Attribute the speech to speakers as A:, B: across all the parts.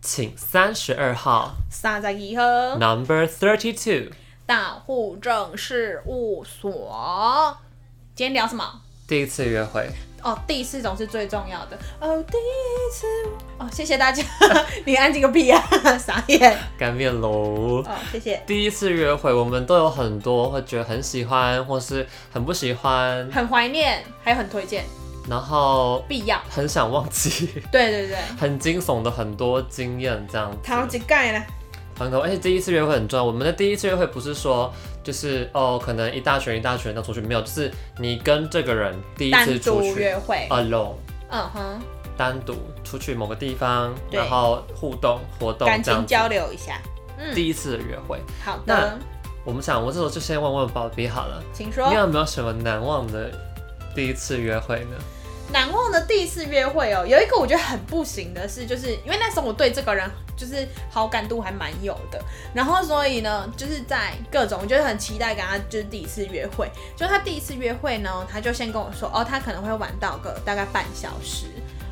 A: 请三十二号
B: 三十二号
A: Number Thirty Two
B: 大户政事务所。今天聊什么？
A: 第一次约会，
B: 哦，第一次总是最重要的。哦，第一次。哦，谢谢大家。 你安静个屁啊！ 傻眼。
A: 干面喽！
B: 哦，谢谢。
A: 第一次约会，我们都有很多会觉得很喜欢，或是很不喜欢，
B: 很怀念，还有很推荐，
A: 然后
B: 必要。
A: 很想忘记，
B: 对对对，
A: 很惊悚的很多经验这样子。
B: 糖几盖呢？
A: 很可，而且第一次约会很重要。我们的第一次约会不是说就是哦，可能一大群一大群的出去，没有，就是你跟这个人第一次
B: 单
A: 出
B: 独
A: 去哦
B: 约会。
A: alone，
B: 嗯哼，
A: 单独出去某个地方，
B: 对
A: 然后互动活动
B: 感
A: 这样
B: 情
A: 子。
B: 交流一下。嗯，
A: 第一次的约会，
B: 好的，
A: 我们想，我这时候就先问问宝比好了，
B: 请
A: 你
B: 说。
A: 有没有什么难忘的第一次约会呢？
B: 难忘的第一次约会哦，有一个我觉得很不行的是，就是因为那时候我对这个人就是好感度还蛮有的，然后所以呢，就是在各种我觉得很期待跟他就是第一次约会，就他第一次约会呢，他就先跟我说，哦，他可能会晚到个大概半小时。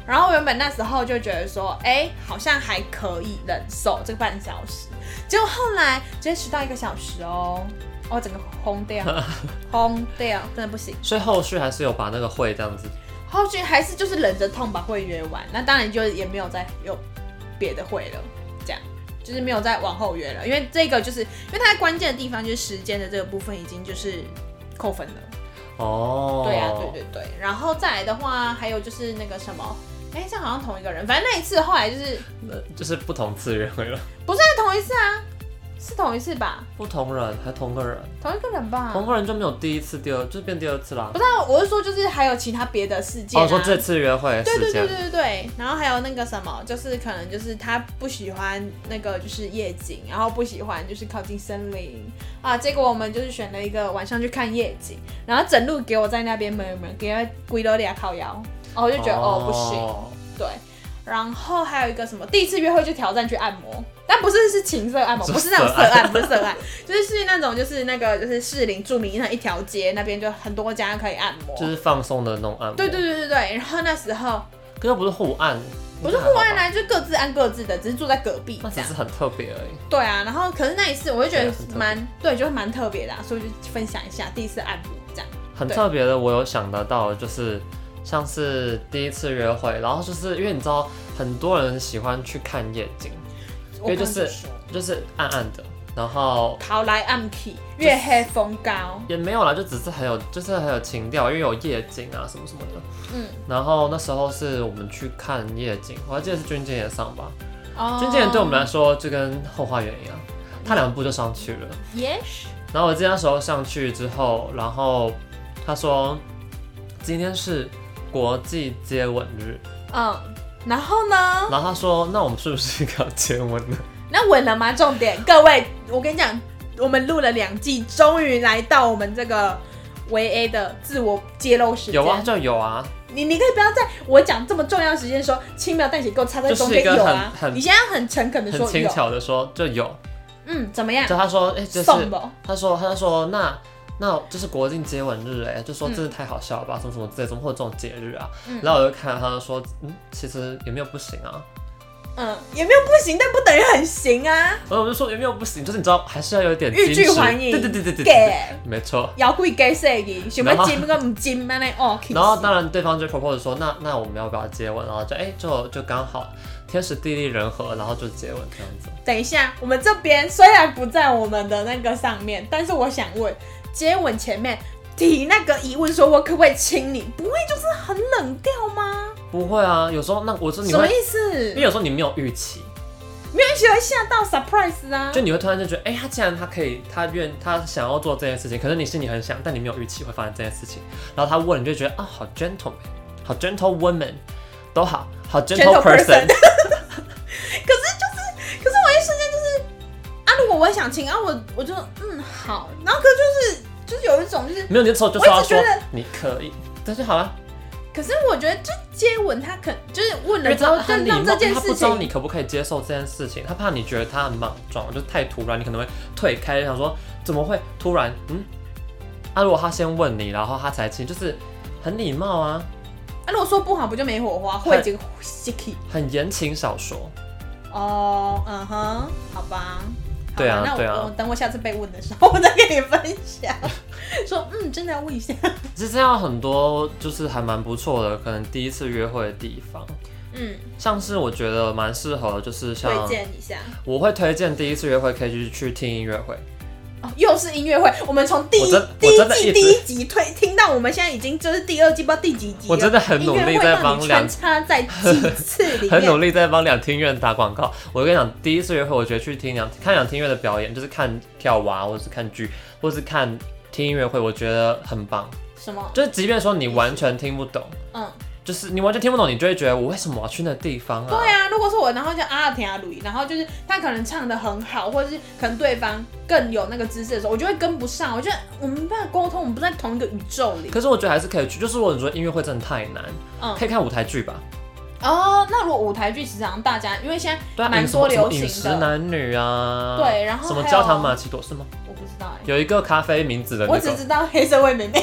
B: 然后原本那时候就觉得说，哎，好像还可以忍受这个半小时，结果后来直接迟到一个小时哦，哦，整个轰掉，轰掉，真的不行。
A: 所以后续还是有把那个会这样子，
B: 后续还是就是忍着痛把会约完，那当然就也没有再有别的会了，这样就是没有再往后约了，因为这个就是因为它在关键的地方就是时间的这个部分已经就是扣分了。
A: 哦，
B: 对啊，对对对，然后再来的话，还有就是那个什么，哎，这样好像同一个人，反正那一次后来就是
A: 那就是不同次约 会了，
B: 不是同一次啊，是同一次吧，
A: 不同人还同个人，
B: 同一个人吧。
A: 同个人就没有第一次、第二，就变第二次啦
B: 不。是、啊，我是说就是还有其他别的事件、啊。
A: 哦，说这次约会的
B: 对
A: 时
B: 对对对
A: 间，
B: 对对，然后还有那个什么，就是可能就是他不喜欢那个就是夜景，然后不喜欢就是靠近森林啊。结果我们就是选了一个晚上去看夜景，然后整路给我在那边没有没有给他龟都俩靠腰，哦，我就觉得哦不行，对。然后还有一个什么，第一次约会就挑战去按摩，但不是是情色 按摩，
A: 是
B: 不是那种
A: 色
B: 色
A: 按
B: 按，不是色按，就是是那种就是那个就是士林著名那一条街那边就很多家可以按摩，
A: 就是放松的那种按摩。
B: 对对对对对。然后那时候
A: 可是不是互按，
B: 不是户外
A: 按，
B: 啦，就各自按各啊自的，只哦是住在隔壁
A: 那
B: 这
A: 只
B: 样
A: 是。很特别而已。
B: 对啊，然后可是那一次我就觉
A: 对啊
B: 得
A: 很特别
B: 蛮对，就是蛮特别的、啊，所以我就分享一下第一次按摩这样。
A: 很
B: 对
A: 特别的，我有想得到，就是像是第一次约会，然后就是因为你知道，很多人喜欢去看夜景，因为
B: 我
A: 就是
B: 刚说
A: 就是暗暗的，然后
B: 桃来暗去，月黑风高。
A: 也没有啦，就只是很有，就是很有情调，因为有夜景啊什么什么的。
B: 嗯，
A: 然后那时候是我们去看夜景，我还记得是军舰也上吧，
B: 哦
A: 军舰对我们来说就跟后花园一样，踏两步就上去了。
B: yes，
A: 然后我记得那时候上去之后，然后他说今天是国际接吻日。
B: 嗯，然后呢？
A: 然后他说：“那我们是不是要接吻呢
B: 那稳了吗？重点，各位，我跟你讲，我们录了两季，终于来到我们这个维 A 的自我揭露时？”间。
A: 有啊，就有啊，
B: 你你可以不要在我讲这么重要的时间说轻描淡写给我插在中间
A: 就是一
B: 有
A: 个
B: 啊
A: 很，很
B: 你现在很诚恳的
A: 很
B: 说
A: 轻
B: 有，
A: 巧的说就有。
B: 嗯，怎么样？
A: 就他说：“哎、就是
B: 送哦不？
A: 他说他说那那就是国境接吻日哎、就说真的太好笑了吧，什么什么之类，怎么会有这种节日啊？”
B: 嗯
A: 然后我就看他说：“嗯，其实也没有不行啊。
B: 嗯，也没有不行，但不等于很行啊”，
A: 然后我就说：“也没有不行，就是你知道还是要有点
B: 欲拒
A: 矜持
B: 还迎
A: 对对对对对对
B: 给
A: 对，没错。
B: 摇贵给谁的，什么
A: 然后
B: 金跟唔金嘛嘞哦，
A: 然后当然对方就 propose 说：“那那我们要不要接吻？”然后就哎、就就刚好天时地利人和，然后就接吻这样子。
B: 等一下，我们这边虽然不在我们的那个上面，但是我想问，接吻前面提那个疑问，说我可不可以亲你？不会就是很冷调吗？
A: 不会啊，有时候那我说你
B: 什么
A: 会
B: 意思
A: 因为？有时候你没有预期，
B: 没有人喜欢吓到 surprise 啊
A: 就！你会突然就觉得，哎、他既然他可以，他愿他想要做这件事情，可是你心里很想，但你没有预期会发生这件事情。然后他问，你就觉得啊，好 gentleman，好 gentle woman，都好，好 gentle
B: Gentle person
A: person，
B: 可是就是，可是我一瞬间就是啊，如果我想亲啊，我我就嗯好，然后可是就是就是有一种就是，
A: 没有你的时候就是要
B: 我一直
A: 说
B: 觉得
A: 你可以，但是好啊 了，
B: 可是我觉得就接吻他肯就是问
A: 因
B: 了
A: 为
B: 之后
A: 他
B: 就
A: 他礼貌
B: 让这件
A: 他
B: 事
A: 不知道
B: 情
A: 你可不可以接受这件事情，他怕你觉得他很莽撞，就是太突然，你可能会退开，想说怎么会突然嗯。啊，如果他先问你，然后他才亲，就是很礼貌啊，
B: 啊，如果说不好不就没火花，会这个 sticky
A: 很言情小说。
B: 哦，嗯哼，好吧。好吧
A: 对啊
B: 那我
A: 对啊
B: 我等我下次被问的时候，我再跟你分享。说，嗯，真的要问一下。
A: 其实这样很多就是还蛮不错的，可能第一次约会的地方，
B: 嗯，
A: 像是我觉得蛮适合，就是像
B: 推荐一下。
A: 我会推荐第一次约会可以去去听音乐会，
B: 哦，又是音乐会。我们从第
A: 我
B: 一
A: 真
B: 第
A: 我
B: 一
A: 真的
B: 季
A: 一直
B: 第一集推听到，我们现在已经就是第二季，不知道第几集了。
A: 我真的很努力在帮
B: 音乐会让
A: 两
B: 你穿插在几次里面。
A: 很努力在帮两厅院打广告。我跟你讲，第一次约会，我觉得去听两看两厅院的表演，就是看跳舞啊，或者是看剧，或者是看听音乐会，我觉得很棒。
B: 什么？
A: 就是即便说你完全听不懂，
B: 嗯，
A: 就是你完全听不懂，你就会觉得我为什么要去那个地方啊？
B: 对啊，如果是我，然后就啊田阿鲁伊，然后就是他可能唱的很好，或者是可能对方更有那个姿势的时候，我就会跟不上，我觉得我们没办法沟通，我们不在同一个宇宙里。
A: 可是我觉得还是可以去，就是我觉得音乐会真的太难，
B: 嗯
A: 可以看舞台剧吧？
B: 哦，那如果舞台剧，其实好像大家因为现
A: 对
B: 在
A: 啊，
B: 蛮
A: 饮
B: 多
A: 什么
B: 流
A: 饮
B: 行
A: 食
B: 的，
A: 男女啊，
B: 对然后
A: 什么
B: 还有
A: 焦糖玛奇朵是吗？
B: 我不知道哎、
A: 有一个咖啡名字的
B: 我
A: 那
B: 只
A: 个，
B: 知道黑社会妹妹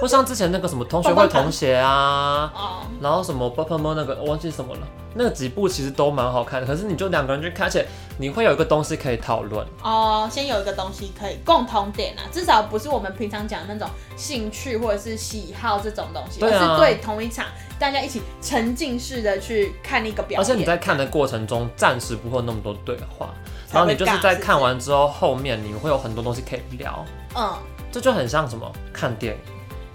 A: 或像之前那个什么同学
B: 棒
A: 会
B: 棒糖
A: 同学啊，
B: 哦，
A: 然后什么 b u p p m o 那个我忘记什么了，那几部其实都蛮好看的，可是你就两个人去看，而且你会有一个东西可以讨论，
B: 哦，先有一个东西可以共同点啊，至少不是我们平常讲的那种兴趣或者是喜好这种东西，
A: 对啊
B: 而是对同一场大家一起沉浸式的去看一个表演，
A: 而且你在看的过程中暂时不会有那么多对话，
B: 才会
A: 然后你就是
B: 尬
A: 在
B: 不
A: 看完之后，后面你会有很多东西可以聊，
B: 嗯。
A: 这就很像什么看电影。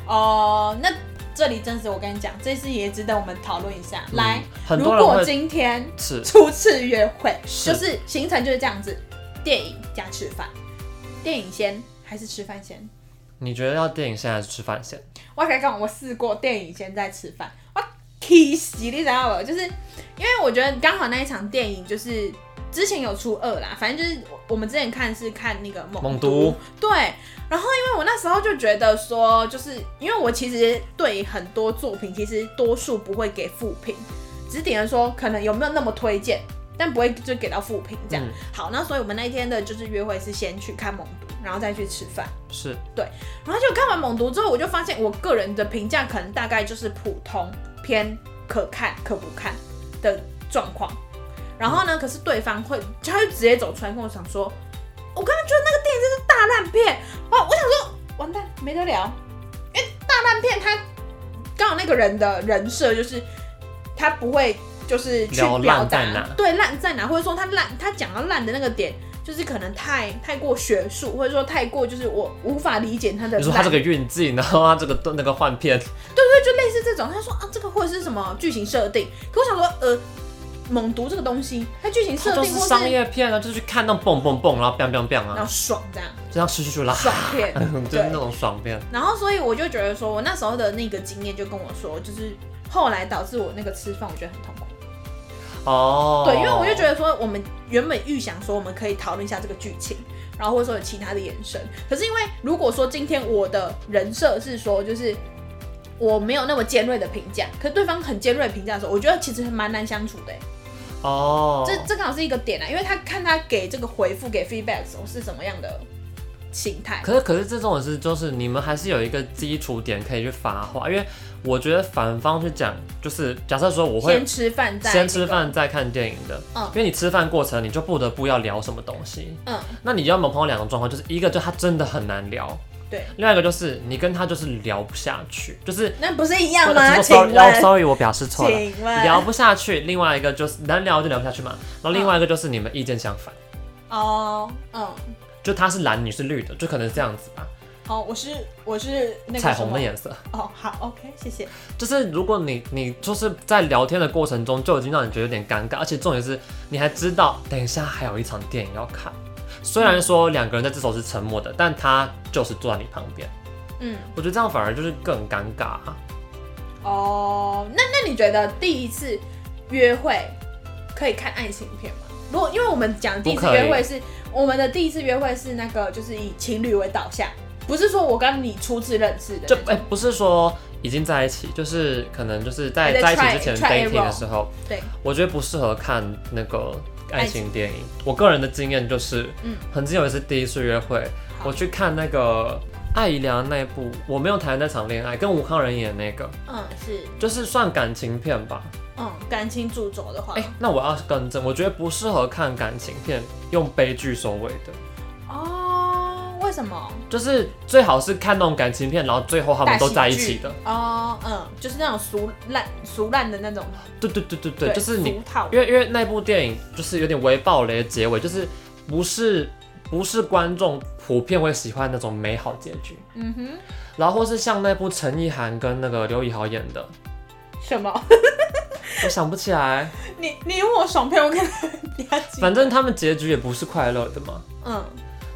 B: 哦，那这里真是我跟你讲，这次也值得我们讨论一下。
A: 嗯
B: 来，
A: 很
B: 如
A: 多人
B: 果
A: 会
B: 今天
A: 是
B: 初次约会，
A: 是
B: 就是行程就是这样子：电影加吃饭，电影先还是吃饭先？
A: 你觉得要电影先还是吃饭先？
B: 我跟你讲，我试过电影先再吃饭，我气死你知道不？就是因为我觉得刚好那一场电影就是之前有出二啦，反正就是我我们之前看是看那个
A: 猛
B: 毒
A: 毒
B: 对，然后因为我那时候就觉得说，就是因为我其实对很多作品其实多数不会给负评，只是点了说可能有没有那么推荐，但不会就给到负评这样。
A: 嗯
B: 好，那所以我们那一天的就是约会是先去看猛毒，然后再去吃饭。
A: 是
B: 然后就看完猛毒之后，我就发现我个人的评价可能大概就是普通偏可看可不看的状况。然后呢，可是对方会，他就直接走出来跟我讲说，哦我刚刚觉得那个电影真是大烂片，哇！我想说，完蛋，没得聊，因为大烂片他刚好那个人的人设就是他不会就是去
A: 聊
B: 表
A: 烂
B: 达
A: 在哪
B: 对烂在哪，或者说他烂他讲到烂的那个点。就是可能太太过学术，或者说太过就是我无法理解他的
A: 你说
B: 烂。
A: 他这个运镜，然后他这个那个换片，
B: 对，就类似这种。他说啊，这个或者是什么剧情设定，可我想说，呃，猛毒这个东西，它剧情设
A: 它就
B: 定
A: 是
B: 或
A: 商
B: 是
A: 业片啊，就是去看那种蹦蹦蹦，然后 biang biang biang
B: 然
A: 啊
B: 后，爽 这样
A: 就像吃吃吃啦，，
B: 爽片
A: 就是
B: 对
A: 那。种爽片。
B: 然后所以我就觉得说，我那时候的那个经验就跟我说，就是后来导致我那个吃饭我觉得很痛苦。
A: 哦，
B: 对，因为我就觉
A: 得
B: 得说，我们原本预想说我们可以讨论一下这个剧情，然后或者说有其他的延伸。可是因为如果说今天我的人设是说，就是我没有那么尖锐的评价，可是对方很尖锐的评价的时候，我觉得其实蛮难相处的欸。
A: 哦，
B: 这这刚好是一个点啊，因为他看他给这个回复给 feedback 的时候是什么样的形态。
A: 可是可是这种事就是你们还是有一个基础点可以去发话，因为我觉得反方去讲，就是假设说我会
B: 先吃饭再、
A: 先吃，饭再看电影的，
B: 嗯
A: 因为你吃饭过程你就不得不要聊什么东西，
B: 嗯，
A: 那你要么碰到两种状况，就是一个就他真的很难聊，
B: 对，
A: 另外一个就是你跟他就是聊不下去，就是
B: 那不是一样
A: 呃
B: 吗？
A: 这说
B: 请
A: sorry，哦
B: 问，
A: ，sorry，我表示错了。
B: 请问，
A: 聊不下去，另外一个就是能聊就聊不下去嘛，然后另外一个就是你们意见相反，
B: 哦，嗯，
A: 就他是蓝你是绿的，就可能这样子吧，
B: 好，哦我是我是那个
A: 彩
B: 什
A: 虹啊
B: 么
A: 的颜色。
B: 哦，好，OK，谢谢。
A: 就是如果你你就是在聊天的过程中就已经让你觉得有点尴尬，而且重点是你还知道等一下还有一场电影要看。虽然说两个人在这时候是沉默的，但他就是坐在你旁边，
B: 嗯，
A: 我觉得这样反而就是更尴尬啊、
B: 哦，那那你觉得第一次约会可以看爱情片吗？如果因为我们讲第一次
A: 不可以
B: 约会是我们的第一次约会是那个就是以情侣为导向，不是说我跟你初次认识的那
A: 就
B: 种，
A: 哎、不是说已经在一起，就是可能就是在
B: 还在
A: 在一
B: try-
A: 起之前
B: try and
A: dating
B: roll
A: 的时候，
B: 对，
A: 我觉得不适合看那个爱
B: 爱
A: 情电影。我个人的经验就是，
B: 嗯
A: 很近有一次第一次约会，
B: 好
A: 我去看那个艾怡良那一部，我没有谈那场恋爱，跟吴康仁演那个，
B: 嗯，是
A: 就是算感情片吧。
B: 嗯，感情主轴的话，
A: 哎、那我要更正，我觉得不适合看感情片用悲剧收尾的，
B: 哦，为什么？
A: 就是最好是看那种感情片，然后最后他们都在一起的。
B: 哦，嗯，就是那种俗烂俗烂的那种，
A: 对对对对对，就是你
B: 俗套
A: 因为因为那部电影就是有点微暴雷的结尾，就是不是不是观众普遍会喜欢那种美好结局，
B: 嗯哼，
A: 然后或是像那部陈意涵跟那个刘以豪演的，
B: 什么？
A: 我想不起来，
B: 你你问我爽片，我可能比较紧。
A: 反正他们结局也不是快乐的嘛，
B: 嗯，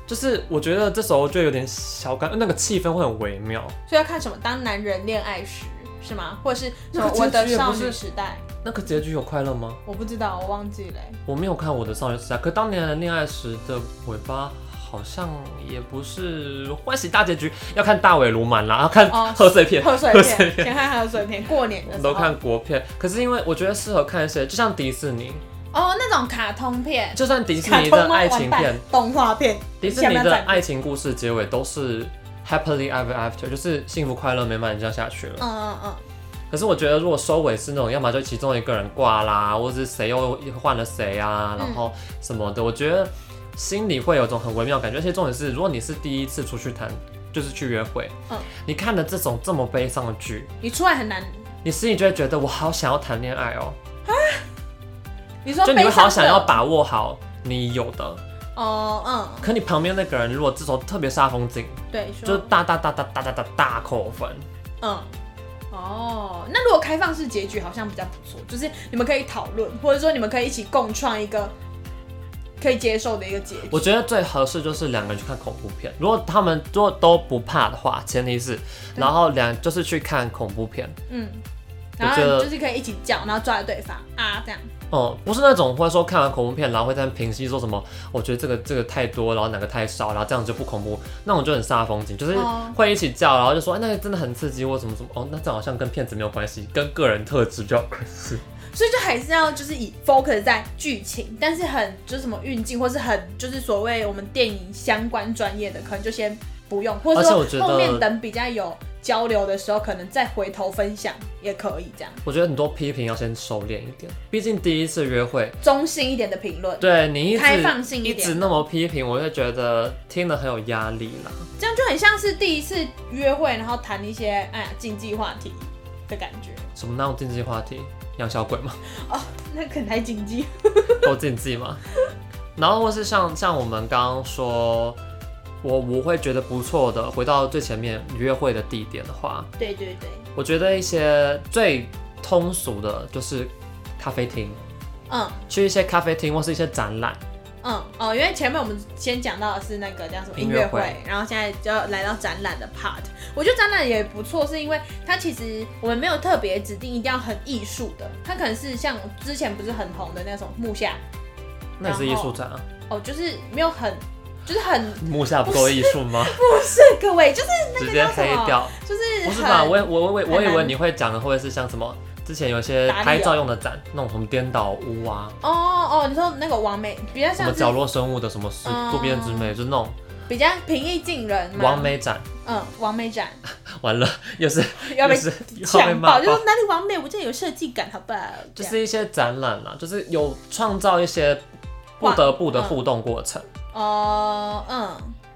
A: 就是我觉得这时候就有点小感，那个气氛会很微妙。
B: 所以要看什么？当男人恋爱时是吗？或者是什
A: 那个
B: 么
A: 结局
B: 我的
A: 也
B: 少
A: 不是
B: 女时代？
A: 那个结局有快乐吗？
B: 我不知道，我忘记 了欸、
A: 我没有看我的少女时代，可当年的恋爱时的尾巴好像也不是欢喜大结局，要看大尾鲁满啦，要看
B: 哦
A: 贺岁片，
B: 贺岁
A: 贺岁
B: 片，先看贺岁片，过年的时候
A: 都看国片。可是因为我觉得适合看一些，就像迪士尼，
B: 哦，那种卡通片，
A: 就算迪士
B: 卡
A: 尼
B: 通
A: 的
B: 吗
A: 爱情
B: 完蛋
A: 片，
B: 动画片，
A: 迪士尼
B: 下面
A: 的
B: 再
A: 爱情故事结尾都是 happily ever after，就是幸福快乐美满这样下去了。
B: 嗯嗯嗯，
A: 可是我觉得，如果收尾是那种，要么就其中一个人挂啦，或者是谁又换了谁啊，
B: 嗯
A: 然后什么的，我觉得心里会有一种很微妙的感觉。而且重点是，如果你是第一次出去谈，就是去约会，
B: 嗯
A: 你看了这种这么悲伤的剧，
B: 你出来很难，
A: 你心里就会觉得我好想要谈恋爱哦，
B: 你说
A: 就你会
B: 悲伤
A: 好想要
B: 的
A: 把握好你有的。
B: 哦
A: 可你旁边那个人如果这时候特别煞风景，
B: 嗯，对，
A: 就
B: 说
A: 大大大大大大大大扣分。
B: 嗯。哦，那如果开放式结局好像比较不错，就是你们可以讨论，或者说你们可以一起共创一个可以接受的一个结局。
A: 我觉得最合适就是两个人去看恐怖片，如果他们如果都不怕的话，前提是，然后两就是去看恐怖片，
B: 嗯，
A: 我
B: 然后
A: 觉得
B: 就是可以一起叫，然后抓着对方啊这样。
A: 哦、不是那种会说看完恐怖片然后会在那边评析说什么，我觉得这个这个太多，然后哪个太少，然后这样就不恐怖，那种就很煞风景，就是
B: 哦
A: 会一起叫，然后就说哎那个真的很刺激或什么什么，哦那这样好像跟片子没有关系，跟个人特质比较有关系。
B: 所以就还是要就是以 focus 在剧情，但是很就是什么运镜，或是很就是所谓我们电影相关专业的，可能就先不用，或者
A: 而且我觉
B: 说
A: 得
B: 后面等比较有交流的时候，可能再回头分享也可以这样，
A: 我觉得很多批评要先收敛一点，毕竟第一次约会，
B: 中性一点的评论，
A: 对你一直
B: 开放性
A: 一
B: 一
A: 直
B: 点，
A: 那么批评，我会觉得听了很有压力啦。
B: 这样就很像是第一次约会，然后谈一些哎呀禁忌话题的感觉
A: 什么那种禁忌话题？养小 鬼吗？
B: 哦，那可能太禁忌，
A: 都禁忌吗？然后或是像像我们刚刚说，我我会觉得不错的，回到最前面约会的地点的话，
B: 对对对，
A: 我觉得一些最通俗的就是咖啡厅，
B: 嗯
A: 去一些咖啡厅或是一些展览，
B: 嗯哦，因为前面我们先讲到的是那个叫什么
A: 音
B: 音
A: 乐
B: 乐
A: 会
B: 会，然后现在就要来到展览的 part。我觉得展览也不错，是因为它其实我们没有特别指定一定要很艺术的，它可能是像之前不是很红的那种木下，
A: 那也是艺术展啊。
B: 哦，就是没有很，就是很
A: 木下不够艺术吗？
B: 不是各位，就是
A: 直接黑掉？
B: 就是
A: 不是吧？
B: 很
A: 我我我我以
B: 很
A: 为
B: 难
A: 你会讲的会是像什么？之前有些
B: 打理哦
A: 拍照用的展，那种什么颠倒屋啊，
B: 哦哦，你说那个王美比较
A: 什么
B: 像
A: 角
B: 是
A: 落生物的什么石
B: 嗯
A: 渡边直美，就那种
B: 比较平易近人嘛，
A: 完美展。
B: 嗯，王 美展
A: 完了，又是
B: 嗯要
A: 又
B: 被
A: 是又被
B: 强
A: 骂爆，
B: 暴，就是哪里完美，我这有设计感，好不好？
A: 就
B: 这样
A: 是一些展览啦，就是有创造一些不得不的互动过程，
B: 哦，嗯。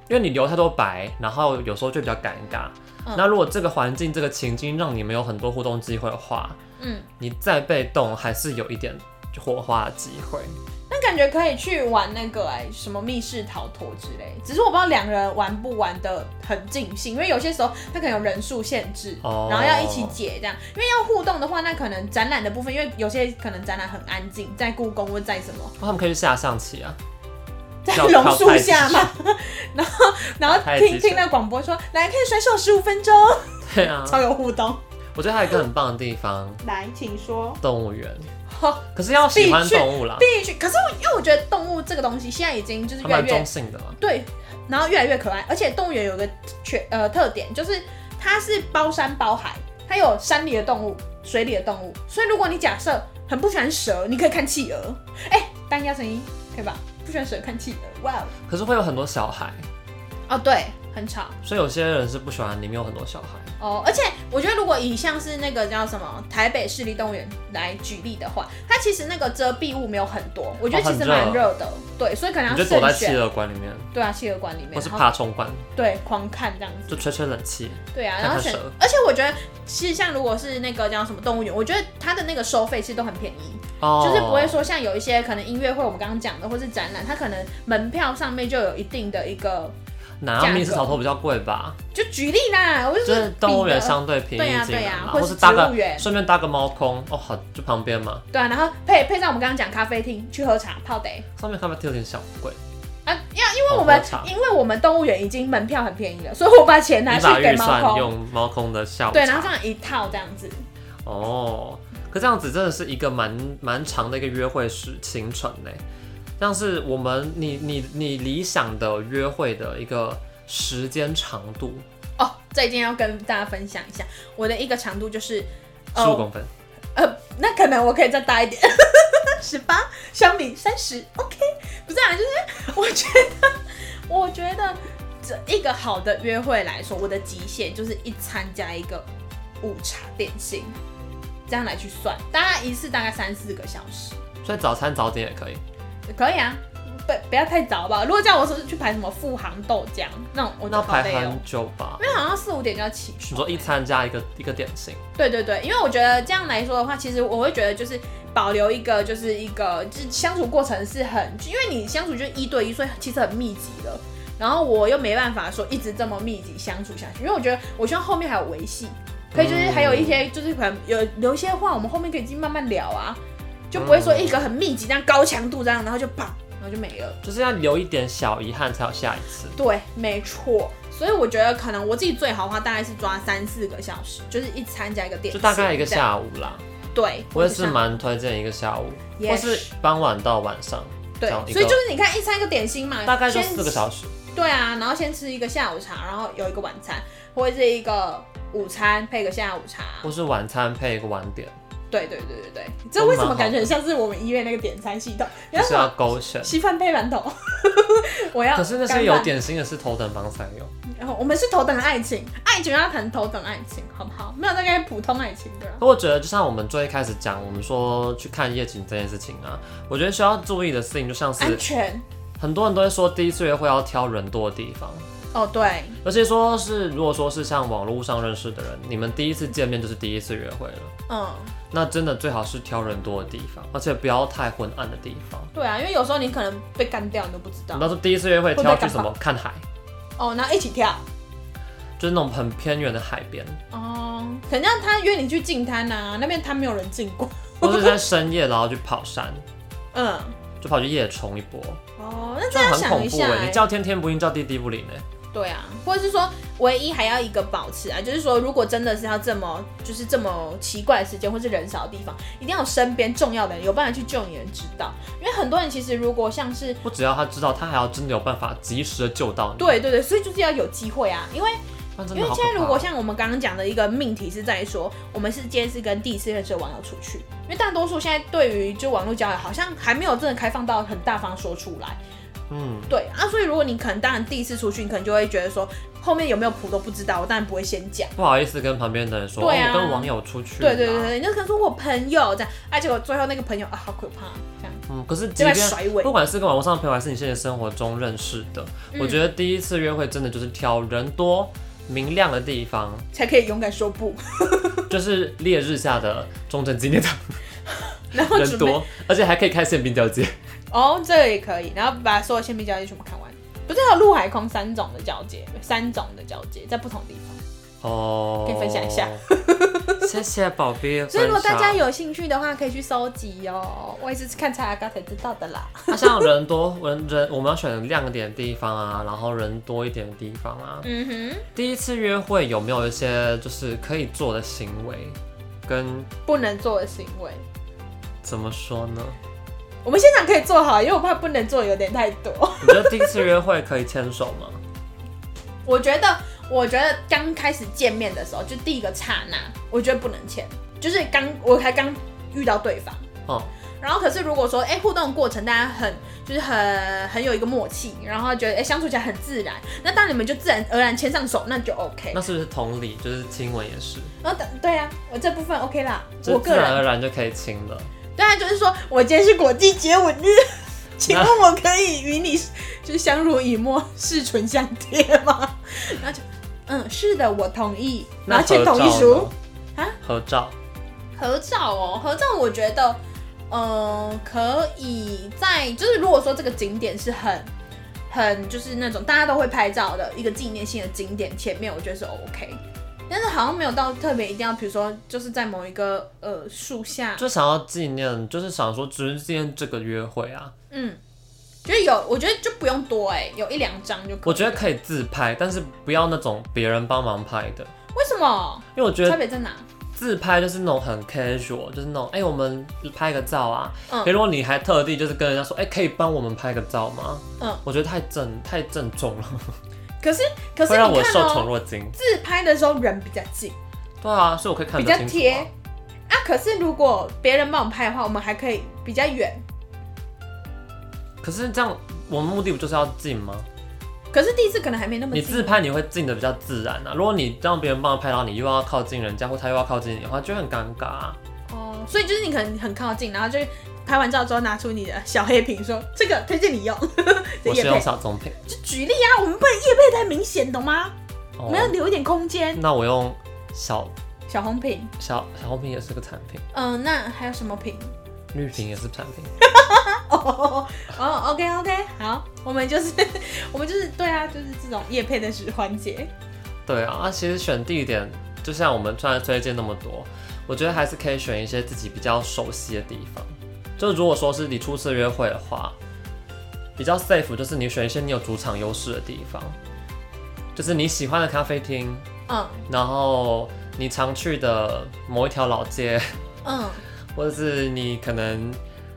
A: 因为你留太多白，然后有时候就比较尴尬。
B: 嗯
A: 那如果这个环境、这个情境让你们有很多互动机会的话，
B: 嗯
A: 你再被动还是有一点火花的机会。
B: 那感觉可以去玩那个哎、什么密室逃脱之类，只是我不知道两个人玩不玩的很尽兴，因为有些时候他可能有人数限制，
A: 哦
B: 然后要一起解这样。因为要互动的话，那可能展览的部分，因为有些可能展览很安静，在故宫或在什么，
A: 他们可以去下象棋啊，
B: 在
A: 要
B: 榕
A: 靠
B: 树
A: 太极
B: 下嘛， 然后然后
A: 太极
B: 听
A: 拳
B: 听那广播说来可以甩手十五分 钟，
A: 对啊。
B: 超有互动。
A: 我觉得还有一个很棒的地方，
B: 来，请说。
A: 动物园。
B: 好
A: 可是要喜欢
B: 必去
A: 动物啦，
B: 必须，可是我因为我觉得动物这个东西现在已经就是
A: 还
B: 越来
A: 蛮
B: 越
A: 中性的啦。
B: 对，然后越来越可爱，而且动物园有个缺呃特点，就是它是包山包海，它有山里的动物、水里的动物，所以如果你假设很不喜欢蛇，你可以看企鹅，哎、单压成一可以吧？不喜欢蛇看企鹅，哇哦
A: 可是会有很多小孩，
B: 哦，对，很吵
A: 所以有些人是不喜欢里面有很多小孩。
B: 哦。而且我觉得，如果以像是那个叫什么台北市立动物园来举例的话，它其实那个遮蔽物没有很多，我觉
A: 哦
B: 得其实
A: 很
B: 蛮
A: 热
B: 热的。对，所以可能
A: 你
B: 要
A: 就躲在
B: 慎
A: 企
B: 选。
A: 鹅馆里面，
B: 对啊，企鹅馆里面，
A: 或是
B: 然后
A: 爬虫馆，
B: 对狂看这样子。
A: 就吹吹冷气。
B: 对啊，
A: 看
B: 然后
A: 看
B: 选
A: 蛇，
B: 而且我觉得其实像如果是那个叫什么动物园，我觉得它的那个收费其实都很便宜。
A: 哦，
B: 就是不会说像有一些可能音乐会我们刚刚讲的，或是展览，它可能门票上面就有一定的一个，
A: 哪有密室逃脱比较贵吧？
B: 就举例啦，我就
A: 就是是动物园
B: 比的
A: 相对便宜
B: 对啊
A: 一点
B: 对啊
A: 啦，
B: 或
A: 或
B: 是
A: 搭
B: 植
A: 个
B: 物园
A: 顺便搭个猫空哦，好就旁边嘛，
B: 对啊，然后配配上我们刚刚讲咖啡厅去喝茶泡的
A: 上面咖啡厅有点小贵，
B: 啊，要因为
A: 哦
B: 我们
A: 喝茶
B: 因为我们动物园已经门票很便宜了，所以我把钱拿
A: 你
B: 去
A: 把
B: 给
A: 预
B: 猫
A: 算
B: 空，
A: 用猫空的下午
B: 对，然
A: 茶
B: 后这样一套这样子，
A: 哦，可这样子真的是一个蛮蛮长的一个约会时行程呢。像是我们你你你理想的约会的一个时间长度，
B: 哦，这一定要跟大家分享一下，我的一个长度就是，
A: 十五
B: 呃
A: 公分，
B: 呃，那可能我可以再大一点， 十八，相比三十，OK，不是啊，就是我觉得，我觉得这一个好的约会来说，我的极限就是一餐加一个午茶点心，这样来去算，大概一次大概三四个小时，
A: 所以早餐早点也可以。
B: 可以啊。不，不要太早吧。如果叫我说去排什么富航豆浆那种，我就
A: 那
B: 好
A: 排
B: 累哦
A: 很。久吧？
B: 那好像四五点就要起床。
A: 你说一餐加一个一个点心，
B: 对对对，因为我觉得这样来说的话，其实我会觉得就是保留一个，就是一个就是相处过程是很，因为你相处就是一对一，所以其实很密集的。然后我又没办法说一直这么密集相处下去，因为我觉得我希望后面还有维系，可以就是还有一些就是可能有留一些话，我们后面可以继续慢慢聊啊，就不会说一个很密集这样高强度这样，然后就啪，然后就没了。
A: 就是要留一点小遗憾才有下一次。
B: 对，没错。所以我觉得可能我自己最好的话，大概是抓三四个小时，就是一餐加一个点
A: 就
B: 心这
A: 大
B: 样，
A: 概一个下午啦，
B: 对，
A: 我也
B: 一个
A: 是
B: 下午
A: 蛮推荐一个下午，
B: Yes
A: 或是傍晚到晚上，
B: 对
A: 这样，一个
B: 所以就是你看一餐一个点心嘛，
A: 大概就
B: 呃先
A: 四个小时。
B: 对啊，然后先吃一个下午茶，然后有一个晚餐，或者是一个午餐配个下午茶。
A: 或是晚餐配一个晚点，
B: 对对对对对，这为什么感觉很像是我们医院那个点餐系统？你
A: 就
B: 要
A: 是啊
B: 什
A: 要
B: 么
A: 勾选。
B: 稀饭配馒头？ 我要。
A: 可是那些有，点心的是头等帮才有，
B: 然后我们是头等爱情，爱情要谈头等爱情，好不好？没有那个普通爱情对吧？
A: 可我觉得就像我们最一开始讲，我们说去看夜景这件事情啊，我觉得需要注意的事情就像
B: 安
A: 是
B: 全
A: 很多人都会说第一次约会要挑人多的地方，
B: 哦，对，
A: 而且说是如果说是像网络上认识的人，你们第一次见面就是第一次约会了，
B: 嗯，
A: 那真的最好是挑人多的地方，而且不要太昏暗的地方。
B: 对啊，因为有时候你可能被干掉，你都不知道
A: 你。到时候第一次约会
B: 会被
A: 挑去
B: 干
A: 什么看海，
B: 哦，然后一起跳。
A: 就是那种很偏远的海 边，
B: 哦，可能他约你去进滩啊，那边他没有人进过。
A: 或是在深夜然后去跑山，
B: 嗯，
A: 就跑去夜冲一波，
B: 哦，那
A: 这
B: 这
A: 样
B: 样
A: 很
B: 想
A: 恐
B: 一
A: 怖
B: 下、
A: 哎、
B: 欸
A: 你叫天天不应，叫地地不灵哎、
B: 对啊，或者是说唯一还要一个保持啊，就是说如果真的是要这么就是这么奇怪的时间或是人少的地方，一定要有身边重要的人有办法去救你的人知道，因为很多人其实如果像是
A: 不只要他知道，他还要真的有办法及时的救到你。，
B: 对对对，所以就是要有机会啊，因为
A: 那真
B: 因
A: 的
B: 为
A: 好可
B: 现在如果
A: 怕。欸
B: 像我们刚刚讲的一个命题是在于说，我们是今天是跟第一次认识的网友出去，因为大多数现在对于就网络交友好像还没有真的开放到很大方说出来，
A: 嗯，
B: 对啊，所以如果你可能当然第一次出去，你可能就会觉得说后面有没有谱都不知道，我当然不会先讲。
A: 不好意思跟旁边的人说，
B: 对啊
A: 哦，我跟网友出去。
B: 对对对。对，你就可能说我朋友这样，啊，结果最后那个朋友啊，好可怕，这样
A: 嗯，可是即
B: 就在
A: 便
B: 甩尾
A: 不。管是跟网络上的朋友，还是你现实生活中认识的，
B: 嗯
A: 我觉得第一次约会真的就是挑人多、明亮的地方，
B: 才可以勇敢说不，
A: 就是烈日下的中正纪念堂，
B: 然后
A: 人
B: 准备
A: 多，而且还可以开宪兵交接。
B: 哦，这个也可以，然后把所有铅笔交接全部看完，不是还有陆海空三种的交接，三种的交接在不同地方。
A: 哦，
B: 可以分享一下。
A: 谢谢宝贝分享。
B: 所以如果大家有兴趣的话，可以去收集哦。我也是看蔡阿刚才知道的啦。
A: 啊，像人多人人，我们要选亮一点的地方啊，然后人多一点的地方啊。
B: 嗯
A: 第一次约会有没有一些就是可以做的行为，跟
B: 哼，不能做的行为，
A: 怎么说呢？
B: 我们现场可以做好，因为我怕不能做有点太多。
A: 你觉得第一次约会可以牵手 吗？
B: 我觉得，我觉得刚开始见面的时候，就第一个刹那，我觉得不能签，就是刚我才刚遇到对方，
A: 哦、
B: 然后可是如果说，哎、互动的过程大家很就是很很有一个默契，然后觉得哎、相处起来很自然，那当你们就自然而然牵上手，那就 OK。
A: 那是不是同理，就是亲吻也是，
B: 然后等对啊，我这部分 OK 啦，
A: 就
B: 我
A: 是
B: 个
A: 自然
B: 人
A: 而然就可以亲了。
B: 对啊，就是说我今天是国际接吻日， 请问我可以与你就是相濡以沫、誓唇相贴吗？然后就嗯，是的，我同意，
A: 那
B: 然后签
A: 合照
B: 同意书
A: 呢。
B: 啊？
A: 合照
B: 合照哦，合照我觉得，呃，可以在就是如果说这个景点是很很就是那种大家都会拍照的一个纪念性的景点，前面我觉得是 OK，但是好像没有到特别一定要，比如说就是在某一个呃树下，
A: 就想要纪念，就是想说只是纪念这个约会啊。
B: 嗯，就是有我觉得就不用多哎、有一两张就可以。
A: 我觉得可以自拍，但是不要那种别人帮忙拍的，
B: 为什么
A: 因为我觉
B: 差
A: 得
B: 别在哪？
A: 自拍就是那种很 casual，就是那种哎、我们拍个照啊。
B: 嗯
A: 可如果你还特地就是跟人家说，哎、可以帮我们拍个照吗？
B: 嗯，
A: 我觉得太郑太郑重了，
B: 可是可是
A: 会让我
B: 你
A: 受
B: 看
A: 宠
B: 哦、
A: 若惊。
B: 自拍的时候人比较近。
A: 对啊，所以我可以看
B: 比
A: 得
B: 较
A: 清楚、
B: 贴
A: 啊。
B: 啊，可是如果别人帮我们拍的话，我们还可以比较远。
A: 可是这样，我们目的不就是要近吗？
B: 可是第一次可能还没那么
A: 你
B: 近。
A: 自拍你会近的比较自然啊。如果你让别人帮他拍，然后你又要靠近人家，或他又要靠近你的话，就会很尴尬、啊。
B: 哦，所以就是你可能很靠近，然后就拍完照之后拿出你的小黑瓶说，这个推荐你用。这
A: 我是
B: 叶
A: 用
B: 配
A: 小棕瓶，
B: 就举例啊，我们不能叶配太明显，懂吗？我
A: 哦
B: 们要留一点空间。
A: 那我用小
B: 小红瓶，
A: 小小红瓶也是个产品，
B: 嗯、那还有什么瓶？
A: 绿瓶也是产品。
B: 哦哦，OK OK，好，我们就是 我们就是对啊，就是这种叶配的时环节。
A: 对啊，啊其实选地点，就像我们突然推荐那么多，我觉得还是可以选一些自己比较熟悉的地方。就如果说是你初次约会的话，比较 safe 就是你选一些你有主场优势的地方，就是你喜欢的咖啡厅，
B: 嗯
A: 然后你常去的某一条老街，
B: 嗯，
A: 或者是你可能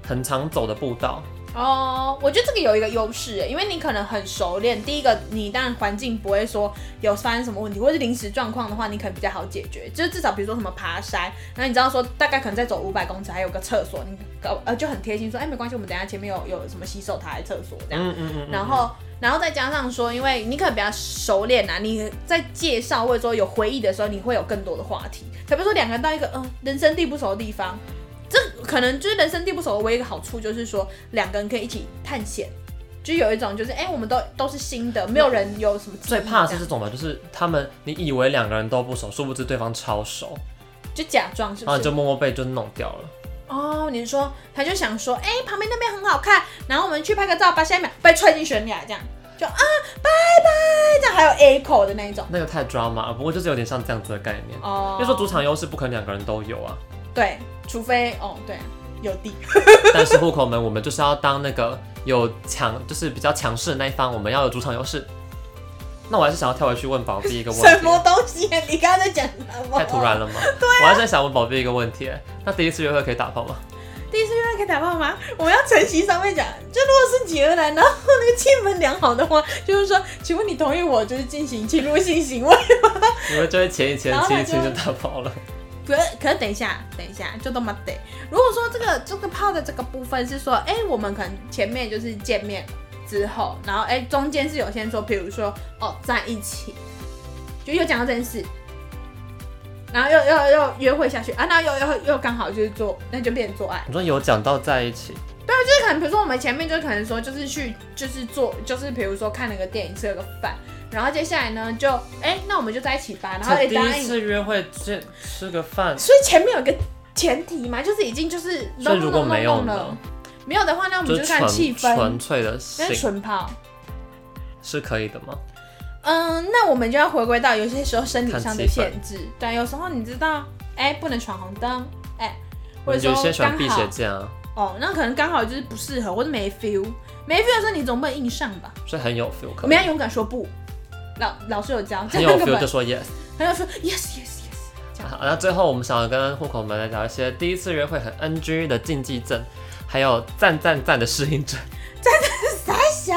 A: 很常走的步道。
B: 哦，我觉得这个有一个优势耶，因为你可能很熟练。第一个，你当然环境不会说有发生什么问题，或是临时状况的话，你可能比较好解决。就是至少比如说什么爬山，然后你知道说大概可能再走五百公尺还有个厕所，你搞呃就很贴心说，哎、没关系，我们等一下前面有有什么洗手台、厕所这样。
A: 嗯嗯嗯嗯
B: 然后，然后再加上说，因为你可能比较熟练啊，你在介绍或者说有回忆的时候，你会有更多的话题。特别说两个人到一个嗯、呃人生地不熟的地方，这可能就是人生地不熟的唯一一个好处，就是说两个人可以一起探险，就有一种就是哎、我们都都是新的，没有人有什么记忆
A: 最怕的是
B: 这样
A: 这种吧，就是他们你以为两个人都不熟，殊不知对方超熟，
B: 就假装是不
A: 然后
B: 是？
A: 哦你就默默被就弄掉了。
B: 哦，你是说他就想说，哎、旁边那边很好看，然后我们去拍个照，把下一秒被踹进悬崖这样。就啊，拜拜，这样还有 A 口的那一种
A: 那个太 drama，了不过呃就是有点像这样子的概念。
B: 哦
A: 要。说主场优势，不可能两个人都有啊。
B: 对，除非哦，对，有地。
A: 但是户口们，我们就是要当那个有强，就是比较强势的那一方，我们要有主场优势。那我还是想要跳回去问宝碧一个问
B: 什么啊
A: 题，
B: 东西？啊你刚刚在讲什么？
A: 啊太突然。了吗？我还是想问宝碧一个问题，那第一次约会可以打炮吗？
B: 第一次约会可以打炮吗？我们要承袭上面讲，就如果是姐而来，然后那个气氛良好的话，就是说，请问你同意我就是进行侵入性行为吗？
A: 你们就会前一前
B: 然后
A: 亲
B: 他
A: 一
B: 就
A: 亲就打炮了。
B: 可可是等一下，等一下，就都没得。如果说这个这个泡的这个部分是说，哎、我们可能前面就是见面之后，然后哎、中间是有先说，比如说哦在一起，就又讲到这件事，然后又又又约会下去啊，那又又又刚好就是做，那就变成做爱。
A: 你说有讲到在一起，
B: 就是可能比如说我们前面就可能说就是去就是做就是比如说看了个电影吃了个饭，然后接下来呢就哎、那我们就在一起吧，然后哎
A: 才第
B: 答
A: 一
B: 应
A: 次约会吃吃个饭，
B: 所以前面有一个前提嘛，就是已经就是
A: 所以如果没有
B: no, no, no, no, no 了
A: 呢，
B: 没有的话，那我们
A: 就
B: 就是看气
A: 纯纯
B: 氛，
A: 粹的
B: 那
A: 性
B: 是纯泡。
A: 是可以的吗？
B: 嗯，那我们就要回归到有些时候生理
A: 看
B: 上的
A: 气氛
B: 限制，对，啊有时候你知道，哎、不能闯红灯，哎、或
A: 我
B: 者
A: 有些
B: 说
A: 喜欢
B: 刚
A: 避
B: 好
A: 邪剑啊，
B: 哦，那可能刚好就是不适合，或者没 feel，没 feel 的时候你总不能硬上吧？
A: 所以很有 feel，
B: 我
A: 可
B: 们要
A: 以
B: 勇敢说不，老老师有教，
A: 很
B: 这
A: 有
B: 样根
A: feel 就
B: 本
A: 说 yes。
B: 他要说 yes yes yes，
A: 好，那最后我们想要跟户口们来聊一些第一次约会很 NG 的禁忌症，还有赞赞赞的适应 症。
B: 傻小，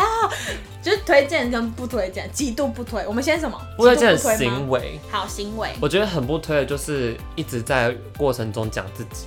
B: 就是推荐跟不推荐，极度不推。我们先什么？
A: 不推荐的
B: 极度不推吗
A: 行为，
B: 好行为
A: 我觉得很不推的就是一直在过程中讲自己，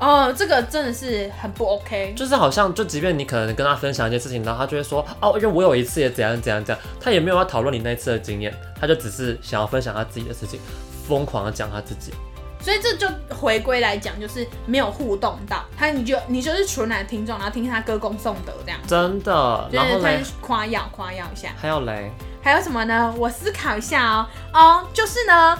B: 哦，这个真的是很不 OK。
A: 就是好像就即便你可能跟他分享一些事情，然后他就会说哦，因为我有一次也怎样怎样怎样，他也没有要讨论你那一次的经验，他就只是想要分享他自己的事情，疯狂的讲他自己。
B: 所以这就回归来讲，就是没有互动到他，你就你就是纯然听众，然后听他歌功颂德这样，
A: 真的，
B: 就
A: 然后
B: 是他
A: 嘞
B: 就，夸耀夸耀一下。
A: 还有嘞，
B: 还有什么呢？我思考一下哦。哦，就是呢，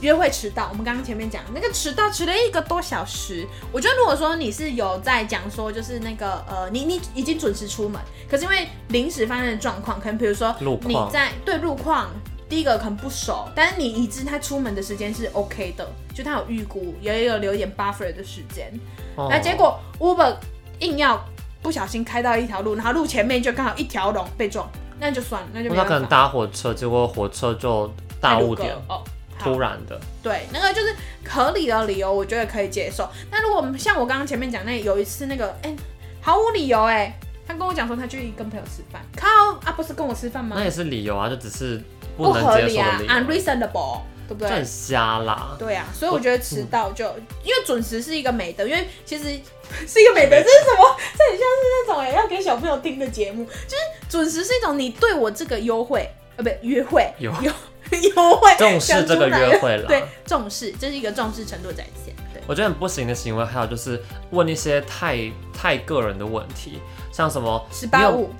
B: 约会迟到，我们刚刚前面讲那个迟到迟了一个多小时。我觉得如果说你是有在讲说，就是那个呃，你你已经准时出门，可是因为临时发生的状况，可能比如说
A: 路
B: 你
A: 况
B: 在对路况。第一个可能不熟，但是你已知他出门的时间是 OK 的，就他有预估，也有留一点 buffer 的时间。
A: 哦
B: 那结果 Uber 硬要不小心开到一条路，然后路前面就刚好一条龙被撞，那就算了，那就
A: 因为
B: 没
A: 他
B: 办
A: 可
B: 法
A: 能。搭火车，结果火车就大雾点，
B: 哦。好
A: 突然的，
B: 对，那个就是合理的理由，我觉得可以接受。那如果我们像我刚刚前面讲那有一次那个，哎、毫无理由哎、他跟我讲说他去跟朋友吃饭，靠啊，不是跟我吃饭吗
A: 那？也是理由啊，就只是
B: 不
A: 能
B: 合
A: 接
B: 理
A: 受的
B: 啊
A: 理由，
B: ，unreasonable，对不
A: 就很
B: 对？
A: 瞎啦。
B: 对啊，所以我觉得迟到就，
A: 嗯
B: 因为准时是一个美德，因为其实 是一个美德，这是什么？这很像是那种哎、要给小朋友听的节目，就是准时是一种你对我这个优惠，呃，不约会，
A: 有
B: 优 优惠，
A: 重视
B: 讲
A: 这
B: 出
A: 个
B: 来
A: 约会了，
B: 对，重视，这是一个重视程度的展现。对，
A: 我觉得很不行的行为，还有就是问一些太太个人的问题，像什么
B: 十
A: 你
B: 八
A: 有
B: 五，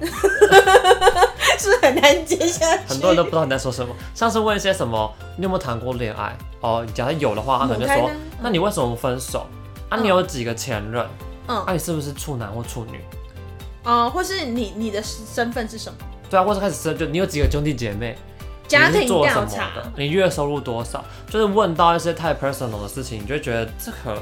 B: 是不是很难接下去。
A: 很多人都不知道你在说什么。像是问一些什么，你有没有谈过恋爱？哦，假如有的话，他可能就
B: 母
A: 说
B: 胎呢，
A: 那你为什么分手？啊，
B: 嗯
A: 你有几个前任？
B: 嗯
A: 啊，你是不是处男或处女？
B: 呃，或是你你的身份是什么？
A: 对啊，或者开始是就你有几个兄弟姐妹？
B: 家
A: 你
B: 庭
A: 是做什
B: 调
A: 么
B: 查，
A: 的？你月收入多少？就是问到一些太 personal 的事情，你就会觉得这个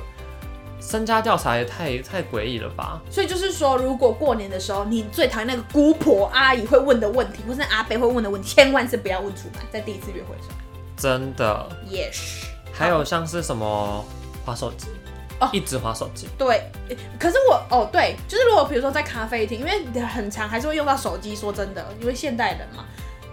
A: 身家调查也太太诡异了吧？
B: 所以就是说，如果过年的时候你最讨厌那个姑婆阿姨会问的问题，或是那阿伯会问的问题，千万是不要问出来，在第一次约会的时候。
A: 真的。
B: Yes，
A: 还有像是什么滑手机，
B: 哦
A: 一直滑手机，
B: 对，可是我哦对，就是如果比如说在咖啡厅，因为很长还是会用到手机，说真的，因为现代人嘛，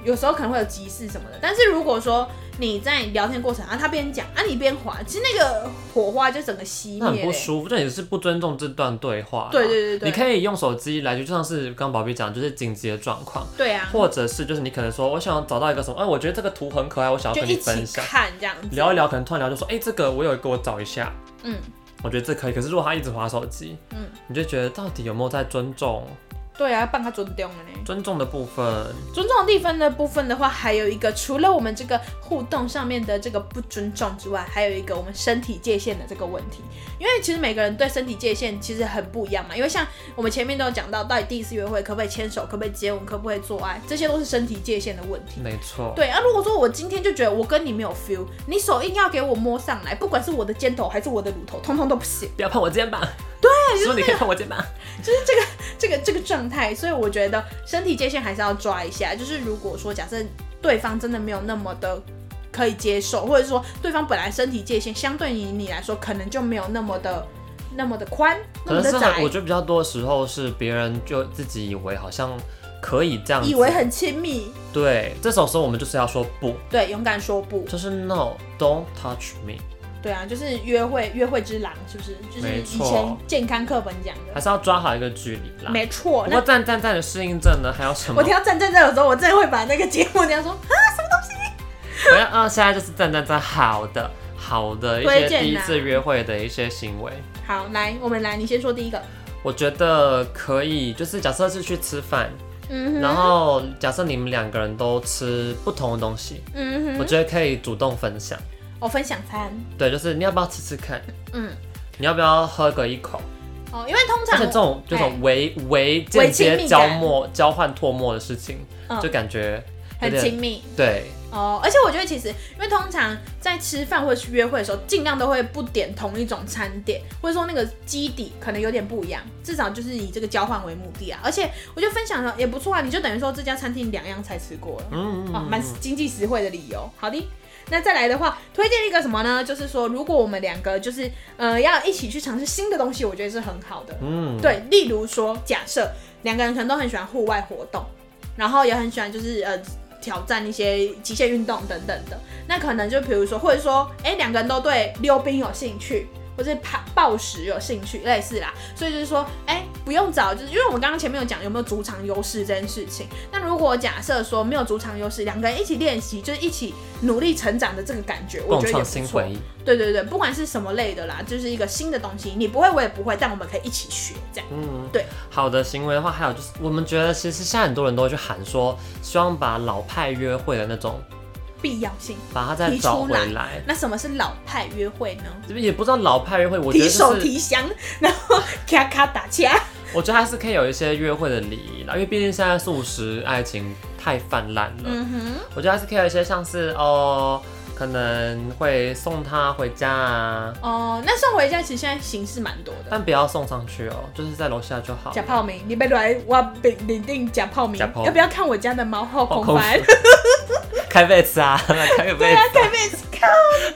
B: 有时候可能会有急事什么的。但是如果说你在聊天过程，啊他边讲啊你边滑，其实那个火花就整个熄
A: 那很
B: 灭
A: 不
B: 了。
A: 舒服，这也是不尊重这段对话啦。
B: 对对对对
A: 你可以用手机来，就像是刚宝贝讲，就是紧急的状况，
B: 对啊，
A: 或者是就是你可能说，我想找到一个什么，哎、我觉得这个图很可爱，我想要
B: 就
A: 跟
B: 一
A: 你分
B: 起
A: 享，
B: 看这样子。
A: 聊一聊，可能突然聊就说，哎、这个我有一个，我找一下，
B: 嗯，
A: 我觉得这可以。可是如果他一直划手机，
B: 嗯，
A: 你就觉得到底有没有在尊重
B: 对啊，办个尊重了呢。
A: 尊重的部分？
B: 尊重的地方的部分的话，还有一个，除了我们这个互动上面的这个不尊重之外，还有一个我们身体界限的这个问题。因为其实每个人对身体界限其实很不一样嘛。因为像我们前面都有讲到，到底第一次约会可不可以牵手，可不可以接吻，可不可以做爱，这些都是身体界限的问题。
A: 没错，
B: 对啊，如果说我今天就觉得我跟你没有 feel，你手硬要给我摸上来，不管是我的肩头还是我的乳头，通通都不行。
A: 不要碰我肩膀。对，说你可以碰我肩膀。
B: 这个这个状态，所以我觉得身体界限还是要抓一下。就是如果说假设对方真的没有那么的可以接受，或者说对方本来身体界限相对于你来说可能就没有那么的那么的宽，那
A: 可
B: 么
A: 能
B: 的
A: 是
B: 窄
A: 很，我，觉得比较多的时候是别人就自己以为好像可以这样子，
B: 以为很亲密，
A: 对，这种时候我们就是要说不，
B: 对，勇敢说不，
A: 就是 no，don't touch me，
B: 对啊，就是约会约会之狼，是不是？就是
A: 没
B: 以
A: 错
B: 前健康课本讲
A: 还
B: 的，
A: 是要抓好一个距离啦。
B: 没错。
A: 不过
B: 那
A: 赞赞赞的适应症呢，还有什么
B: 我？听到站站站的时候，我真的会把那个节目这样说，
A: 我要啊，现在就是赞赞赞好的好的一
B: 推
A: 些
B: 荐啊
A: 第一次约会的一些行为，
B: 好，来，我们来，你先说第一个，
A: 我觉得可以，就是假设是去吃饭，
B: 嗯哼，
A: 然后假设你们两个人都吃不同的东西，
B: 嗯
A: 我
B: 哼，
A: 觉得可以主动分享，
B: 我分享餐，
A: 对，就是你要不要吃吃看，
B: 嗯。
A: 你要不要喝个一口？
B: 哦，因为通
A: 而
B: 常
A: 且这种这种微微间
B: 哎亲
A: 接
B: 密
A: 交
B: 感
A: 末交换唾沫的事情，
B: 嗯
A: 就感觉有
B: 很
A: 点
B: 亲密
A: 对，
B: 哦，而且我觉得其实，因为通常在吃饭或者是约会的时候，尽量都会不点同一种餐点，或者说那个基底可能有点不一样，至少就是以这个交换为目的啊。而且我觉得分享的也不错啊，你就等于说这家餐厅两样菜吃过了，
A: 嗯，嗯
B: 哦，蛮
A: 嗯
B: 经济实惠的理由。好的。那再来的话，推荐一个什么呢？就是说，如果我们两个就是呃要一起去尝试新的东西，我觉得是很好的。
A: 嗯，
B: 对，例如说，假设两个人可能都很喜欢户外活动，然后也很喜欢就是呃挑战一些极限运动等等的，那可能就比如说，或者说，哎、两个人都对溜冰有兴趣。或是怕暴食有兴趣，类似啦。所以就是说，哎、不用找，就是因为我们刚刚前面有讲有没有主场优势这件事情。那如果假设说没有主场优势，两个人一起练习，就是一起努力成长的这个感觉，我
A: 共
B: 觉得也
A: 创
B: 不
A: 新
B: 错
A: 回。忆。
B: 对对对，不管是什么类的啦，就是一个新的东西，你不会我也不会，但我们可以一起学这样。
A: 嗯，
B: 对。
A: 好的行为的话，还有就是，我们觉得其实现在很多人都会去喊说，希望把老派约会的那种，
B: 必要性。
A: 把它再
B: 提出
A: 找回
B: 来
A: 来。
B: 那什么是老派约会呢？
A: 这边也不知道老派约会，我觉
B: 提
A: 得就
B: 手
A: 是，
B: 提箱，然后 咔咔打架。
A: 我觉得还是可以有一些约会的礼仪啦，因为毕竟现在素食爱情太泛滥了。
B: 嗯哼，
A: 我觉得还是可以有一些像是哦，可能会送他回家啊，
B: 哦，那送回家其实现在形式蛮多的。
A: 但不要送上去哦，就是在楼下就好。
B: 假泡面，你别来，我被领定假泡面
A: 吃泡。面
B: 要不要看我家的猫后
A: 好
B: 空 翻？
A: 空开被子 啊，来开个被
B: 对啊，啊
A: 子，
B: 台北靠，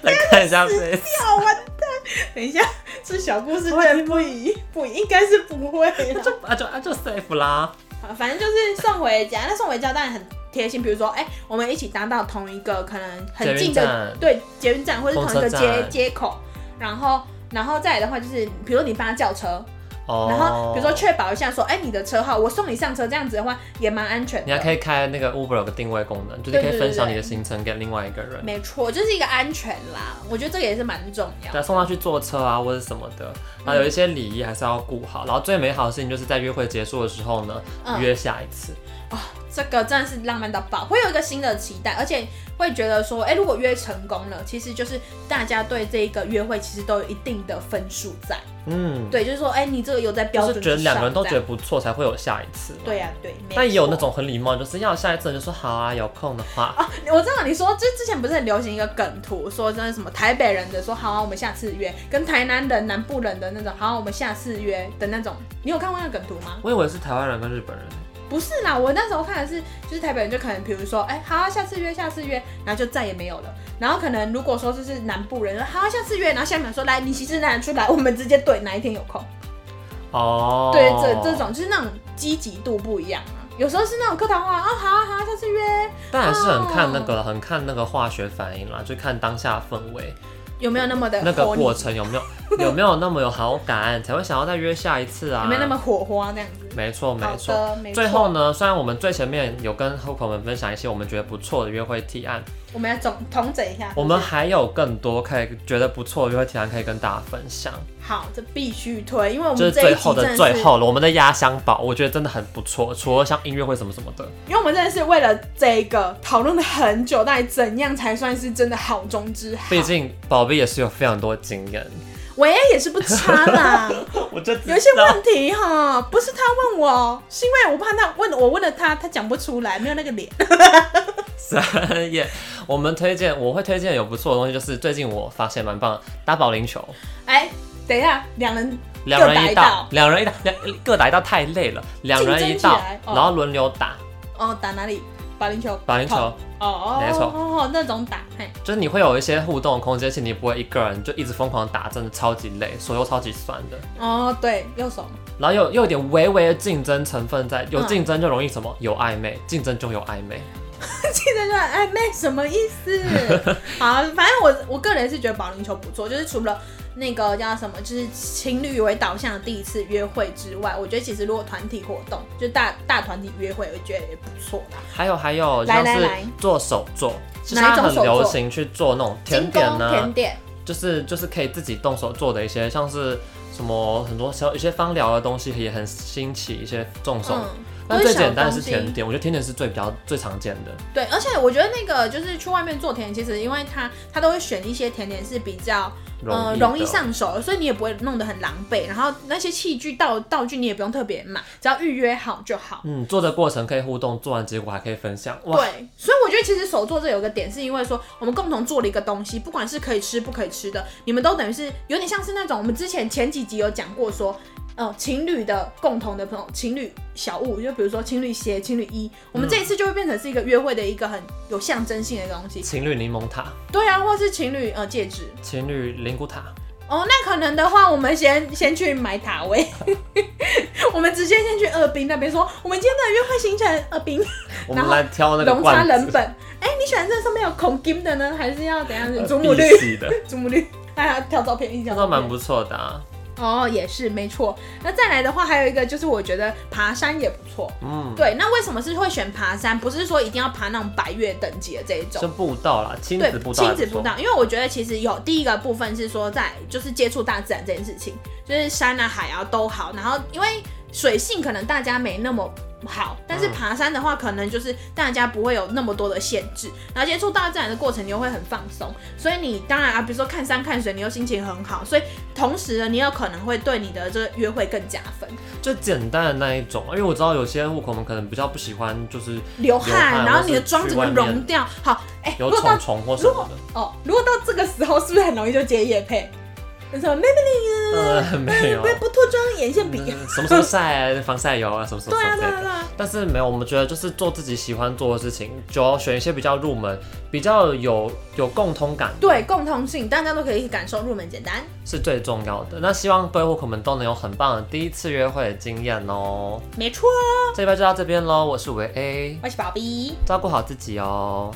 A: 来看一下被子。
B: 好完蛋！等一下，这小故事真的不一不应该是不会啦。
A: 就啊就啊就 safe 啦。
B: 好反正就是送回家。那送回家当然很贴心，比如说，哎、我们一起搭到同一个可能很近
A: 捷运
B: 的
A: 站
B: 对捷运站，或是同一个
A: 公车
B: 街
A: 站
B: 街口，然后。然后再来的话，就是比如你帮他叫车，
A: 哦，
B: 然后比如说确保一下说，哎，你的车号，我送你上车，这样子的话也蛮安全的。
A: 你还可以开那个 Uber 有个定位功能，就是可
B: 对
A: 以
B: 对
A: 分享
B: 对
A: 你的行程给另外一个人。
B: 没错，就是一个安全啦。我觉得这个也是蛮重要的。
A: 对，送他去坐车啊，或者什么的，然后有一些礼仪还是要顾好。然后最美好的事情就是在约会结束的时候呢，
B: 嗯
A: 约下一次。
B: 这个真的是浪漫到爆，会有一个新的期待，而且会觉得说，哎、如果约成功了，其实就是大家对这一个约会其实都有一定的分数在。
A: 嗯，
B: 对，就是说，哎、你这个有在标
A: 就
B: 准
A: 是
B: 之
A: 觉得
B: 上
A: 两个人都觉
B: 这
A: 得
B: 样
A: 不错，才会有下一次。
B: 对呀、对。没
A: 但也有
B: 错
A: 那种很礼貌，就是要下一次你就说好啊，有空的话。
B: 啊，我知道你说，就之前不是很流行一个梗图，说真的什么台北人的说好啊，我们下次约，跟台南人、南部人的那种好、啊，我们下次约的那种，你有看过那个梗图吗？
A: 我以为是台湾人跟日本人，
B: 不是啦，我那时候看的是，就是台北人就可能比如说，哎、好、啊，下次约，下次约，然后就再也没有了。然后可能如果说这是南部人，好、啊，下次约，然后下一秒说来，你其实拿出来，我们直接对哪一天有空。
A: 哦，
B: 对，这这，种就是那种积极度不一样啊。有时候是那种客套话啊，好啊好啊，下次约，
A: 但还是很看那
B: 啊
A: 个，很看那个化学反应啦，就看当下氛围。
B: 有没有那么的
A: 那个
B: 火力
A: 过程有没有有没有那么有好感，才会想要再约下一次啊？
B: 有没有那么火花那样子？
A: 没错没
B: 好
A: 错。
B: 的，没错。
A: 最后呢，虽然我们最前面有跟后口们分享一些我们觉得不错的约会提案，
B: 我们来总统整一下。
A: 我们还有更多可以觉得不错的约会提案可以跟大家分享，
B: 好，这必须推，因为我
A: 这
B: 们
A: 是
B: 这一
A: 最
B: 期
A: 后
B: 真
A: 的
B: 是
A: 最，后了，我们的压箱宝，我觉得真的很不错。除了像音乐会什么什么的，
B: 因为我们真的是为了这个讨论了很久，到底怎样才算是真的好中之好？
A: 毕竟宝贝也是有非常多经验。
B: 我也也是不差啦，
A: 我就 知
B: 有一些
A: 道
B: 问题哈，不是他问我，是因为我怕他问我问了他，他讲不出来，没有那个脸。
A: 三页，我们推荐我会推荐有不错的东西，就是最近我发现蛮棒的打保龄球。
B: 哎，等一下，两人
A: 两人一
B: 各打一
A: 道
B: 道，
A: 两人一道，两各打一道太累了，两人一道
B: 竞争起来，哦
A: 然后轮流打，
B: 哦打哪里？保龄球，
A: 保龄球
B: 哦哦，
A: 没错
B: 哦哦那种打，嘿，
A: 就是你会有一些互动的空间，而且你不会一个人就一直疯狂打，真的超级累，手又超级酸的，
B: 哦对，右手。
A: 然后又又有点微微的竞争成分在，有
B: 嗯
A: 竞争就容易什么有暧昧，竞争就有暧昧，
B: 记得乱暧昧什么意思？ 好，反正我我个人是觉得保龄球不错，就是除了那个叫什么，就是情侣为导向的第一次约会之外，我觉得其实如果团体活动，就大大团体约会，我觉得也不错啦。
A: 还有还有
B: 来
A: 像
B: 来
A: 是
B: 来
A: 做手作， 其实
B: 哪一
A: 它
B: 种
A: 很
B: 手
A: 流
B: 作
A: 行去做那种甜
B: 精
A: 点啊
B: 工
A: 呢、
B: 甜点，嗯
A: 就是就是可以自己动手做的一些，像是什么很多小有些芳疗的东西也很新奇，一些动手
B: 嗯，
A: 那
B: 都
A: 最
B: 是小
A: 简单的
B: 东
A: 是甜
B: 西
A: 点，我觉得甜点是最比较最常见的。
B: 对，而且我觉得那个就是去外面做甜点，其实因为它它都会选一些甜点是比较呃
A: 易
B: 容易
A: 的
B: 上手，所以你也不会弄得很狼狈，然后那些器具道道具你也不用特别买，只要预约好就好。
A: 嗯，做的过程可以互动，做完结果还可以分享。哇，
B: 对，所以我觉得其实手做这有个点，是因为说我们共同做了一个东西，不管是可以吃不可以吃的，你们都等于是有点像是那种我们之前前几集有讲过说，呃，情侣的共同的朋友，情侣小物，就比如说情侣鞋、情侣衣，我们这一次就会变成是一个约会的一个很有象征性的东西。
A: 情侣柠檬塔，
B: 对啊，或是情侣呃戒指。
A: 情侣灵骨塔，
B: 哦，那可能的话，我们先先去买塔位， 我们直接先去二兵那边说，我们今天的约会行程二兵。
A: 我们来挑那个
B: 龙差
A: 罐
B: 人
A: 子，
B: 本。哎、你喜欢这上面有孔金的呢，还是要怎样子？祖母
A: 必
B: 绿，
A: 洗的。
B: 祖母绿。哎呀，挑照片，一挑
A: 呃那
B: 照
A: 倒
B: 片
A: 蛮不错的、啊。
B: 哦，也是没错。那再来的话，还有一个就是我觉得爬山也不错。
A: 嗯，
B: 对，那为什么是会选爬山？不是说一定要爬那种百越等级的这一种
A: 就，步道啦，亲
B: 对
A: 子步道还
B: 亲
A: 不错，
B: 子步道，因为我觉得其实有第一个部分是说在就是接触大自然这件事情，就是山啊海啊都好，然后因为水性可能大家没那么。好，但是
A: 嗯
B: 爬山的话，可能就是大家不会有那么多的限制，然后接触大自然的过程，你又会很放松，所以你当然啊，比如说看山看水，你又心情很好，所以同时呢，你有可能会对你的这个约会更加分，
A: 就简单的那一种。啊因为我知道有些户口们可能比较不喜欢，就是
B: 流
A: 流汗
B: 汗，然后你的
A: 或是
B: 妆
A: 去
B: 整个
A: 外面
B: 融掉。好，哎、如
A: 有
B: 果到
A: 虫虫或什
B: 如果
A: 么的。
B: 哦，如果到这个时候，是不是很容易就接夜配？你说妹妹你
A: 呃，没有
B: 不。不脱妆眼线笔？
A: 嗯什么时候晒防晒油啊？什么什么
B: 对
A: 什么
B: 啊
A: 之
B: 对
A: 类
B: 啊
A: 的。
B: 对啊，
A: 但是没有，我们觉得就是做自己喜欢做的事情，就要选一些比较入门、比较有有共通感
B: 对共通性，大家都可以感受入门简单。
A: 是最重要的。那希望各位户口们都能有很棒的第一次约会的经验哦。
B: 没错，
A: 这一拜就到这边喽，我是维 A，
B: 我是宝贝，
A: 照顾好自己哦。